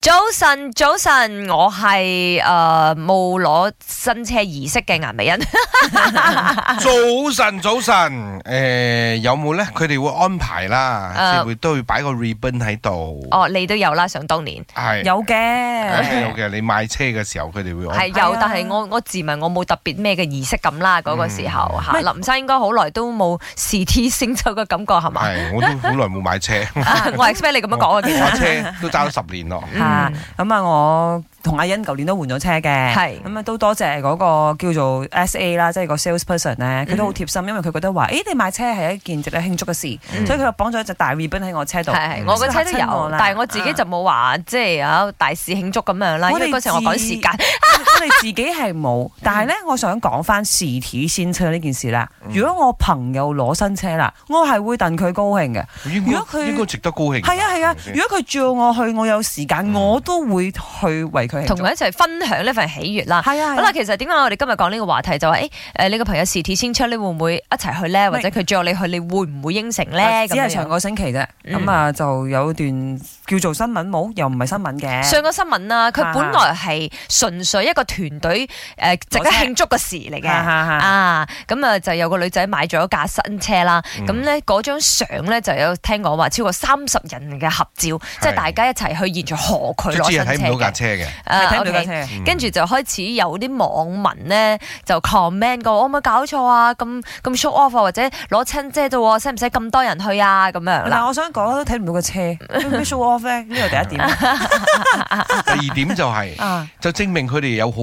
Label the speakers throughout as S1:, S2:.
S1: 早晨，早晨，我係诶冇攞新車儀式嘅顏美欣，
S2: 早晨，早晨，诶、有冇咧？佢哋會安排啦，
S1: 誒
S2: 即係會都要擺個 ribbon 喺度，
S1: 哦，你都有啦，想當年
S2: 係
S3: 有嘅，
S2: 誒有嘅。你買車嘅時候，佢哋會
S1: 係
S2: 安排。
S1: 有
S3: 係啊，
S1: 但係我我自問我冇特別咩嘅儀式感啦，嗰個時候吓，林生應該好耐都冇時鐵星走嘅感覺係嘛？
S2: 係，我都好耐冇買車，
S1: 啊 我 expect 你咁樣講啊，其
S2: 我
S1: 實
S2: 車都揸咗十年咯。
S3: 嚇咁啊！我同阿欣舊年都換咗車嘅，
S1: 嗯係
S3: 咁啊都多謝嗰個叫做 S.A. 啦，即係個 salesperson 咧，
S1: 嗯
S3: 佢都好貼心，因為佢覺得話：，誒你買車係一件值得慶祝嘅事，
S2: 嗯
S3: 所以佢就綁咗一隻大 ribbon 喺我車度。
S1: 係係我個車都
S3: 嚇親
S1: 有
S3: 我，啦
S1: 但係我自己就冇話即係啊大肆慶祝咁樣啦，因
S3: 我哋
S1: 為嗰時候我趕
S3: 自
S1: 時間，
S3: 我哋自己係
S1: 嗯
S3: 冇，但係咧，我想講翻時體先車呢件事啦。
S2: 嗯
S3: 如果我朋友攞新車啦，我係會戥佢高興嘅。
S2: 應
S3: 如果
S2: 該
S3: 佢
S2: 應該值得高興㗎。
S3: 係啊係啊
S2: 係咪，先嗯
S3: 如果佢叫我去，我有時間，我都會去為佢慶祝。
S1: 同佢一齊分享呢份喜悅啦。
S3: 係啊，
S1: 好啦，其實點解我哋今日講呢個話題就話，誒誒你個朋友是鐵先出，你會唔會一齊去咧？或者佢約你去，你會唔會應承咧？
S3: 啊只
S1: 咁
S3: 係
S1: 樣
S3: 上個星期啫，
S1: 嗯
S3: 咁啊就有段叫做新聞冇，又唔係新聞嘅，
S1: 上個新聞啦，佢
S3: 啊
S1: 本來係純粹一個團隊誒值得
S3: 攞車
S1: 慶祝嘅事嚟
S3: 哈
S1: 嘅。
S3: 哈哈
S1: 啊，咁啊就有個女仔買咗架新車啦，
S2: 嗯
S1: 咁咧嗰張相咧就有聽講話超過三十人嘅合照，即係大家一齊去現場河佢攞
S2: 卒之
S1: 新
S2: 係
S1: 車
S2: 睇唔到架
S1: 嘅。
S2: 車嘅，
S1: 啊
S3: 睇唔到架
S1: OK
S3: 車嘅，
S2: 嗯
S1: 跟住就開始有啲網民咧就 comment 個，我冇搞錯啊，咁咁 show off 啊，或者攞親啫啫喎，使唔使咁多人去啊？咁樣
S3: 嗱，
S1: 啦，
S3: 我想講都睇唔到個車，有咩 show off 咧？呢個 第一
S1: 啊
S3: 點
S2: 第二點就係，
S3: 啊，
S2: 就證明佢哋有好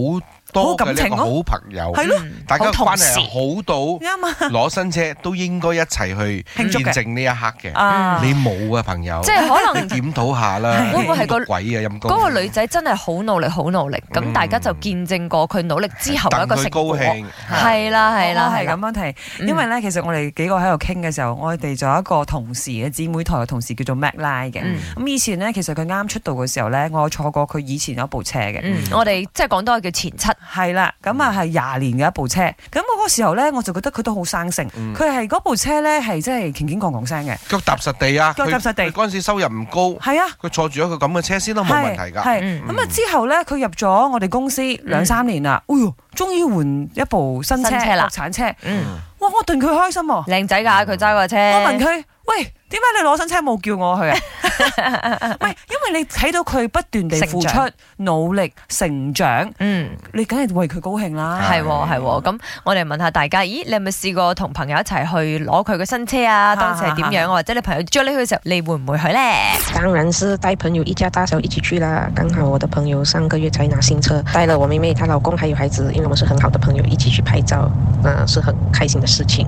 S2: 多
S3: 好
S2: 嘅
S3: 感
S2: 呢
S3: 情
S2: 個
S3: 咯
S2: 好朋友，
S3: 係咯，
S1: 嗯
S2: 大家
S1: 好同
S2: 關
S1: 事
S2: 係好到
S3: 啱啊，
S2: 攞新車都應該一齊去見
S3: 慶祝嘅
S2: 證呢一刻嘅。
S1: 嗯
S3: 啊，
S2: 嗯你冇啊，朋友，
S1: 即係可 能
S2: 檢討下啦。
S1: 會唔會係個
S2: 鬼啊？陰公
S1: 嗰個女仔真係好努力，好努力，咁
S2: 嗯
S1: 大家就見證過佢努力之後嘅一個
S2: 戥佢
S1: 成
S2: 高
S1: 果。
S2: 興，
S1: 係啦，係啦，係
S3: 我哦係咁
S1: 啦，
S3: 樣提，
S1: 嗯
S3: 因為咧，其實我哋幾個喺度傾嘅時候，我哋仲有一個同事嘅姊妹台嘅同事叫做 Mac Lie 嘅，
S1: 嗯
S3: 咁以前咧，其實佢啱出道嘅時候咧，我有坐過佢以前有一部車嘅。
S1: 嗯，我哋即係講多個叫前七，
S3: 係啦，咁啊係廿年嘅一部車，咁我嗰時候咧，我就覺得佢都好生性，
S2: 嗯
S3: 佢係嗰部車咧係真係擎擎咣咣聲嘅，
S2: 腳踏實地啊！
S3: 腳踏實地
S2: 佢佢嗰陣時收入唔高，
S3: 係啊，
S2: 佢坐住一個咁嘅車先都冇問題㗎。嗯
S3: 係
S1: 嗯
S3: 咁啊之後咧，佢入咗我哋公司兩三年啦，哎呦，終於換一部新車
S1: 新車啦
S3: 國產車，
S1: 嗯，
S3: 哇！我戥佢開心喎，
S1: 靚仔㗎，佢揸個車，
S3: 我問佢，喂，點解你攞新車冇叫我去啊？ 唔係，因為你睇到佢不斷地付
S1: 成
S3: 出、努力、成長，
S1: 嗯。
S3: 你梗係為佢高興啦。
S1: 係喎係喎，咁我哋問下大家，咦，你有冇試過同朋友一齊去攞佢嘅新車啊？當時係點樣啊？或者你朋友追你去嘅時候，你會唔會去咧？
S4: 当然是带朋友一家大小一起去啦。刚好我的朋友上个月才拿新车，带了我妹妹、她老公还有孩子，因为我们是很好的朋友，一起去拍照，那是很开心的事情。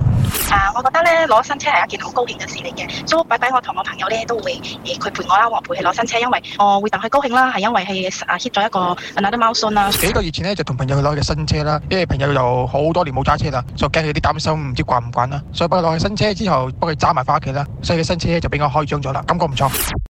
S5: 啊，我覺得咧攞新車係一件好高興嘅事嚟嘅，所以擺擺我同我朋友咧都會誒佢、陪我啦，我陪佢攞新車，因為我會等佢高興啦，係因為係啊 hit 咗一個 another milestone 啦。
S6: 幾個月前咧就同朋友去攞嘅新車啦，因為朋友又好多年冇揸車啦，就驚佢啲擔心唔知慣唔慣啦，所以幫佢攞佢新車之後，幫佢揸埋翻屋企啦，所以佢新車就俾我開張咗啦，感覺唔錯。